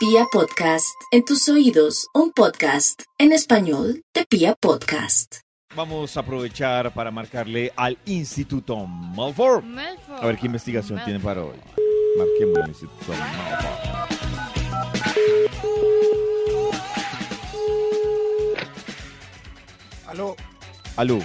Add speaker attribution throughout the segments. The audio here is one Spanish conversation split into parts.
Speaker 1: Pia Podcast, en tus oídos, un podcast en español de Pia Podcast.
Speaker 2: Vamos a aprovechar para marcarle al Instituto Malfour. A ver qué investigación tiene para hoy. Marquemos al Instituto Malfour.
Speaker 3: Aló,
Speaker 2: Alú,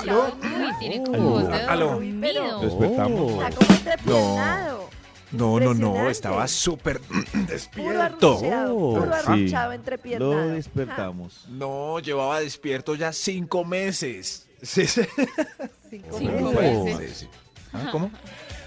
Speaker 3: aló,
Speaker 4: Uy, tiene
Speaker 2: Aló.
Speaker 4: como voz de
Speaker 3: Aló.
Speaker 4: dormido.
Speaker 2: despertamos.
Speaker 5: Está como entrepiernado.
Speaker 3: No, no, no,
Speaker 5: Impresionante.
Speaker 3: estaba súper
Speaker 5: Puro
Speaker 3: despierto.
Speaker 5: arruchado, puro
Speaker 2: Sí.
Speaker 5: arruchado entrepiernado.
Speaker 2: Lo despertamos.
Speaker 3: No, llevaba despierto ya cinco meses. Sí, sí.
Speaker 4: Sí,
Speaker 3: No
Speaker 4: como
Speaker 3: parece.
Speaker 4: ese.
Speaker 3: Ah, ¿Cómo?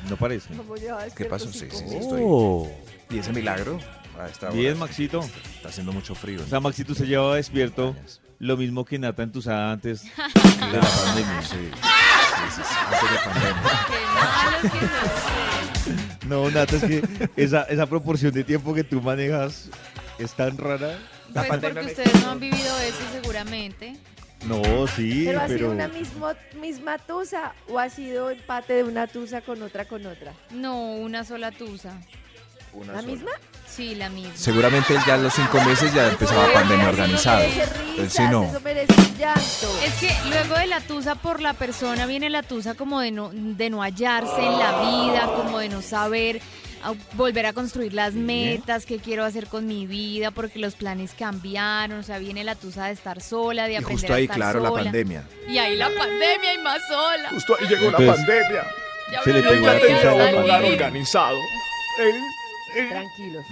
Speaker 2: No parece.
Speaker 5: Como llevaba
Speaker 3: ¿Qué
Speaker 5: despierto
Speaker 3: pasó? Sí, sí,
Speaker 5: pues cinco
Speaker 3: sí,
Speaker 5: meses.
Speaker 3: estoy. ¿Y ese milagro? Ah, está
Speaker 2: Bien,
Speaker 3: ahora
Speaker 2: Oh.
Speaker 3: sí.
Speaker 2: Maxito.
Speaker 3: Está haciendo mucho frío.
Speaker 2: O sea, Maxito se llevaba despierto lo mismo que Nata entusada antes.
Speaker 3: De la pandemia, sí. Sí, sí, sí, antes de pandemia.
Speaker 4: Qué malo que sos.
Speaker 2: No, Nata, es que esa, esa proporción de tiempo que tú manejas es tan rara.
Speaker 3: La
Speaker 4: Pues porque
Speaker 3: pandemia me-
Speaker 4: ustedes no han vivido eso seguramente.
Speaker 2: No, sí,
Speaker 5: Pero ha sido
Speaker 2: pero...
Speaker 5: una mismo- misma tusa o ha sido empate de una tusa con otra con otra.
Speaker 4: No, una sola tusa.
Speaker 3: Una
Speaker 5: ¿La
Speaker 3: sola.
Speaker 5: misma?
Speaker 4: Sí, la misma.
Speaker 3: Seguramente él ya a los cinco meses ya empezaba
Speaker 4: Oye,
Speaker 3: pandemia
Speaker 4: eso no
Speaker 3: organizada.
Speaker 5: Eso merece
Speaker 3: Entonces,
Speaker 5: risas,
Speaker 3: sí, no.
Speaker 5: eso merece un llanto.
Speaker 4: Es que luego de la tusa por la persona viene la tusa como de no, de no hallarse en la vida, como de no saber a- volver a construir las metas que quiero hacer con mi vida, porque los planes cambiaron, o sea, viene la tusa de estar sola, de
Speaker 3: Y
Speaker 4: aprender
Speaker 3: justo
Speaker 4: a
Speaker 3: ahí,
Speaker 4: estar
Speaker 3: claro, la
Speaker 4: sola.
Speaker 3: pandemia.
Speaker 4: Y ahí la pandemia y más sola.
Speaker 3: Justo ahí llegó
Speaker 2: Entonces,
Speaker 3: pandemia.
Speaker 4: Ya
Speaker 2: Se le
Speaker 4: uno
Speaker 2: pegó
Speaker 4: no
Speaker 2: la
Speaker 4: podía
Speaker 2: tusa a uno,
Speaker 4: salir.
Speaker 2: claro,
Speaker 3: organizado. Él
Speaker 5: Tranquilos,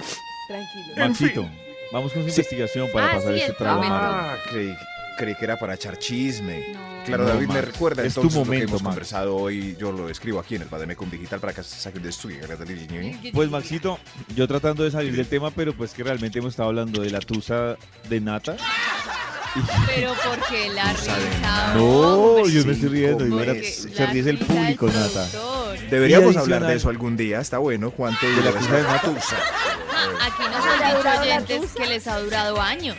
Speaker 5: tranquilos.
Speaker 2: Maxito, vamos con su
Speaker 3: Sí.
Speaker 2: investigación para
Speaker 4: Ah,
Speaker 2: pasar
Speaker 4: sí,
Speaker 2: este
Speaker 4: el
Speaker 2: trago
Speaker 4: momento.
Speaker 2: amargo.
Speaker 3: Ah, creí, creí que era para echar chisme.
Speaker 4: No.
Speaker 3: Claro,
Speaker 2: No,
Speaker 3: David, me
Speaker 2: Max,
Speaker 3: recuerda
Speaker 2: es tu
Speaker 3: entonces lo
Speaker 2: momento,
Speaker 3: que hemos
Speaker 2: Max.
Speaker 3: conversado hoy. Yo lo escribo aquí en el Bademecum Digital para que se saquen de estudio.
Speaker 4: ¿Eh?
Speaker 2: Pues Maxito, yo tratando de salir del tema, pero pues que realmente hemos estado hablando de la tusa de Nata.
Speaker 4: Pero porque la
Speaker 3: No sabe
Speaker 4: risa.
Speaker 3: nada.
Speaker 2: No,
Speaker 3: hombre,
Speaker 2: yo me estoy
Speaker 3: cinco
Speaker 2: riendo. y mira,
Speaker 4: porque
Speaker 3: meses.
Speaker 2: se
Speaker 4: la
Speaker 2: ríe el
Speaker 4: risa del
Speaker 2: público, Nata. Ah,
Speaker 4: productor.
Speaker 3: Deberíamos
Speaker 2: Y
Speaker 3: hablar de
Speaker 2: adicional-
Speaker 3: eso algún día. Está bueno. ¿Cuánto
Speaker 2: De la
Speaker 3: dura
Speaker 2: tusa de
Speaker 3: esa
Speaker 2: Nata.
Speaker 3: tusa?
Speaker 4: Ah, Aquí nos
Speaker 5: ¿Ha
Speaker 4: han dicho
Speaker 5: durado la
Speaker 4: oyentes
Speaker 5: tusa?
Speaker 4: que les ha durado años.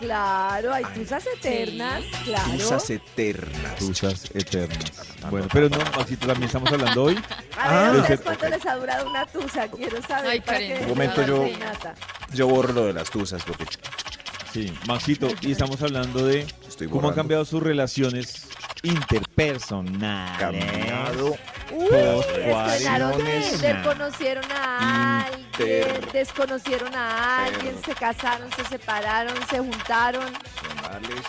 Speaker 5: Claro, hay tusas eternas, claro.
Speaker 3: Tusas e- eternas.
Speaker 2: Tusas eternas. Bueno, pero no, Maxito, también estamos hablando hoy.
Speaker 5: A ver, ¿a
Speaker 2: Ah,
Speaker 5: ustedes
Speaker 2: ok.
Speaker 5: cuánto les ha durado una tusa? Quiero saber.
Speaker 4: Ay,
Speaker 5: para
Speaker 4: Karen.
Speaker 5: que
Speaker 4: Un
Speaker 3: momento, yo-
Speaker 5: desenlace de nata.
Speaker 3: Yo borro lo de las tusas porque ch-
Speaker 2: Sí, Maxito, y estamos hablando de cómo
Speaker 3: estoy
Speaker 2: han
Speaker 3: borrando.
Speaker 2: cambiado sus relaciones interpersonales.
Speaker 3: Cambiado.
Speaker 5: Uy,
Speaker 2: Post-
Speaker 5: estrenaron,
Speaker 2: cuarentones.
Speaker 5: Tinder, conocieron a alguien,
Speaker 3: Inter-
Speaker 5: desconocieron a alguien, se casaron, se separaron, se juntaron.
Speaker 3: Personales.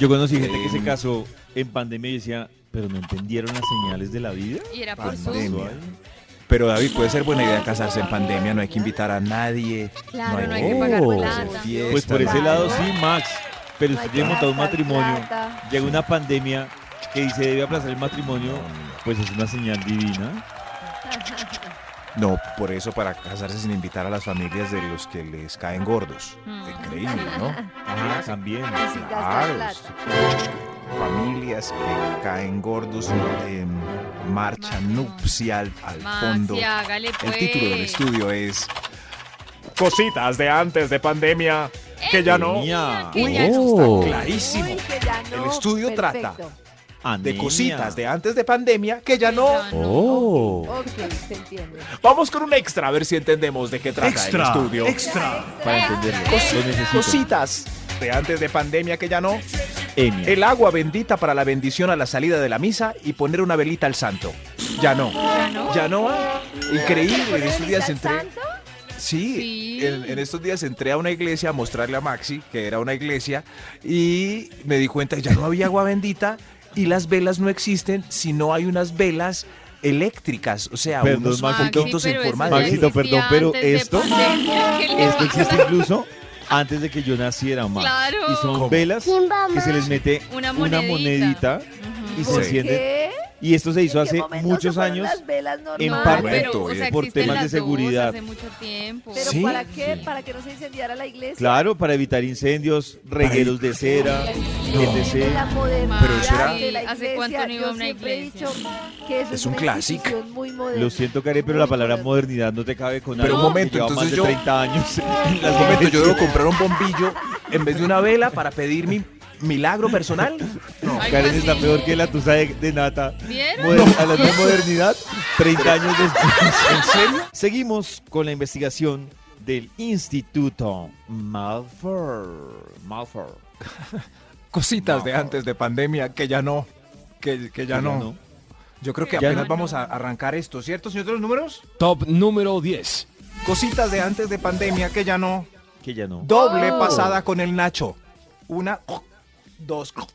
Speaker 2: Yo conocí gente que se
Speaker 3: Em.
Speaker 2: casó en pandemia y decía, pero no entendieron las señales de la vida.
Speaker 4: Y era por Zoom.
Speaker 3: Pandemia. Pero David, puede ser buena idea casarse en pandemia. No hay que invitar a nadie.
Speaker 4: Claro, no
Speaker 3: no
Speaker 4: hay
Speaker 3: hay Oh,
Speaker 4: que
Speaker 3: que
Speaker 4: pagar
Speaker 3: hacer
Speaker 4: plata.
Speaker 3: fiestas.
Speaker 2: Pues por ese
Speaker 5: Claro.
Speaker 2: lado sí, Max. Pero
Speaker 5: No hay
Speaker 2: usted llega montado un
Speaker 5: plata,
Speaker 2: matrimonio,
Speaker 5: plata.
Speaker 2: llega una pandemia que dice debe aplazar el matrimonio, pues es una señal divina.
Speaker 3: No, por eso para casarse sin invitar a las familias de los que les caen gordos.
Speaker 4: Mm.
Speaker 3: Increíble, ¿no?
Speaker 2: Ah, también.
Speaker 5: Y sin gastar
Speaker 3: Claro,
Speaker 5: plata.
Speaker 3: Familias que caen gordos, eh, marcha
Speaker 4: Marcha.
Speaker 3: nupcial al
Speaker 4: Maxi,
Speaker 3: fondo.
Speaker 4: hágale pues.
Speaker 3: El título del estudio es Cositas de antes de pandemia que ya no.
Speaker 2: Anemia.
Speaker 4: Que ya no.
Speaker 2: oh.
Speaker 3: Eso está clarísimo.
Speaker 5: Uy, que ya no,
Speaker 3: El estudio trata
Speaker 5: perfecto.
Speaker 3: De
Speaker 2: Oh, Anemia.
Speaker 3: cositas de antes de pandemia que ya no.
Speaker 4: Ya no.
Speaker 2: Oh.
Speaker 5: Ok, se entiende.
Speaker 3: Vamos con un extra a ver si entendemos de qué trata el estudio.
Speaker 5: Ah,
Speaker 2: Para entenderlo. Lo necesito.
Speaker 3: Cositas de antes de pandemia que ya no.
Speaker 2: Enia.
Speaker 3: El agua bendita para la bendición a la salida de la misa y poner una velita al santo. Ya no.
Speaker 4: Ya no.
Speaker 3: Ya no. ah. Increíble. En
Speaker 5: ¿Ponen
Speaker 3: estos días
Speaker 5: al
Speaker 3: entré.
Speaker 5: santo?
Speaker 3: Sí,
Speaker 4: Sí.
Speaker 3: En, en estos días entré a una iglesia a mostrarle a Maxi que era una iglesia y me di cuenta que ya no había agua bendita y las velas no existen si no hay unas velas eléctricas, o sea,
Speaker 2: Perdón,
Speaker 3: unos
Speaker 2: Maxito.
Speaker 3: foquitos en
Speaker 4: pero
Speaker 3: forma
Speaker 4: eso
Speaker 3: de
Speaker 4: ya
Speaker 2: Maxito,
Speaker 3: vela.
Speaker 2: perdón,
Speaker 4: existía
Speaker 2: pero
Speaker 4: antes de
Speaker 2: esto-
Speaker 4: pandemia. ¿Qué le
Speaker 2: Esto
Speaker 4: pasa?
Speaker 2: existe incluso antes de que yo naciera, Max.
Speaker 4: Claro.
Speaker 2: Y son
Speaker 3: ¿Cómo?
Speaker 2: velas que se les mete
Speaker 4: Una
Speaker 2: una
Speaker 4: monedita.
Speaker 2: monedita, y
Speaker 3: Sí.
Speaker 2: se enciende.
Speaker 5: ¿Qué?
Speaker 2: Y esto se hizo
Speaker 5: ¿En qué
Speaker 2: hace
Speaker 5: momento
Speaker 2: muchos
Speaker 5: se fueron
Speaker 2: años.
Speaker 5: las velas
Speaker 2: en
Speaker 4: No,
Speaker 5: normales?
Speaker 2: parte
Speaker 4: pero, o sea,
Speaker 2: por
Speaker 4: existen
Speaker 2: temas de
Speaker 4: las dos
Speaker 2: seguridad.
Speaker 4: Hace mucho tiempo.
Speaker 5: ¿Pero
Speaker 3: Sí.
Speaker 5: para qué? ¿Para que no se incendiara la iglesia?
Speaker 2: Claro, para evitar incendios, regueros de cera,
Speaker 5: de la
Speaker 2: etc.
Speaker 5: modernidad
Speaker 3: Pero eso era-
Speaker 5: de la iglesia.
Speaker 4: ¿Hace cuánto no iba
Speaker 5: Yo
Speaker 4: a una
Speaker 5: siempre he
Speaker 4: iglesia?
Speaker 5: dicho que eso es,
Speaker 3: Es un
Speaker 5: una
Speaker 3: clásico.
Speaker 5: institución Muy moderna.
Speaker 2: Lo siento, Care, pero la
Speaker 5: Muy
Speaker 2: palabra
Speaker 5: moderna.
Speaker 2: modernidad no te cabe con
Speaker 3: Pero
Speaker 2: algo
Speaker 3: un momento,
Speaker 2: que lleva más
Speaker 3: entonces
Speaker 2: de
Speaker 3: yo-
Speaker 2: 30 años en las
Speaker 3: Un momento, yo debo
Speaker 2: iglesias.
Speaker 3: comprar un bombillo en vez de una vela para pedir mi milagro personal. No.
Speaker 4: Algo
Speaker 2: Karen está
Speaker 4: así.
Speaker 2: peor que la tusa de, de nata.
Speaker 4: ¿Vieron?
Speaker 2: Moder- a la no modernidad, 30 años después.
Speaker 3: ¿En serio?
Speaker 2: Seguimos con la investigación del Instituto Malfour. Malfour.
Speaker 3: Cositas
Speaker 2: No.
Speaker 3: de antes de pandemia que ya no. Que, que ya,
Speaker 2: Ya
Speaker 3: no.
Speaker 2: no.
Speaker 3: Yo creo que
Speaker 2: Ya
Speaker 3: apenas
Speaker 4: no.
Speaker 3: vamos a arrancar esto, ¿cierto, señor de los números?
Speaker 6: Top número 10.
Speaker 3: Cositas de antes de pandemia que ya no.
Speaker 2: Que ya no.
Speaker 3: Doble
Speaker 4: Oh.
Speaker 3: pasada con el Nacho. Una, dos, tres.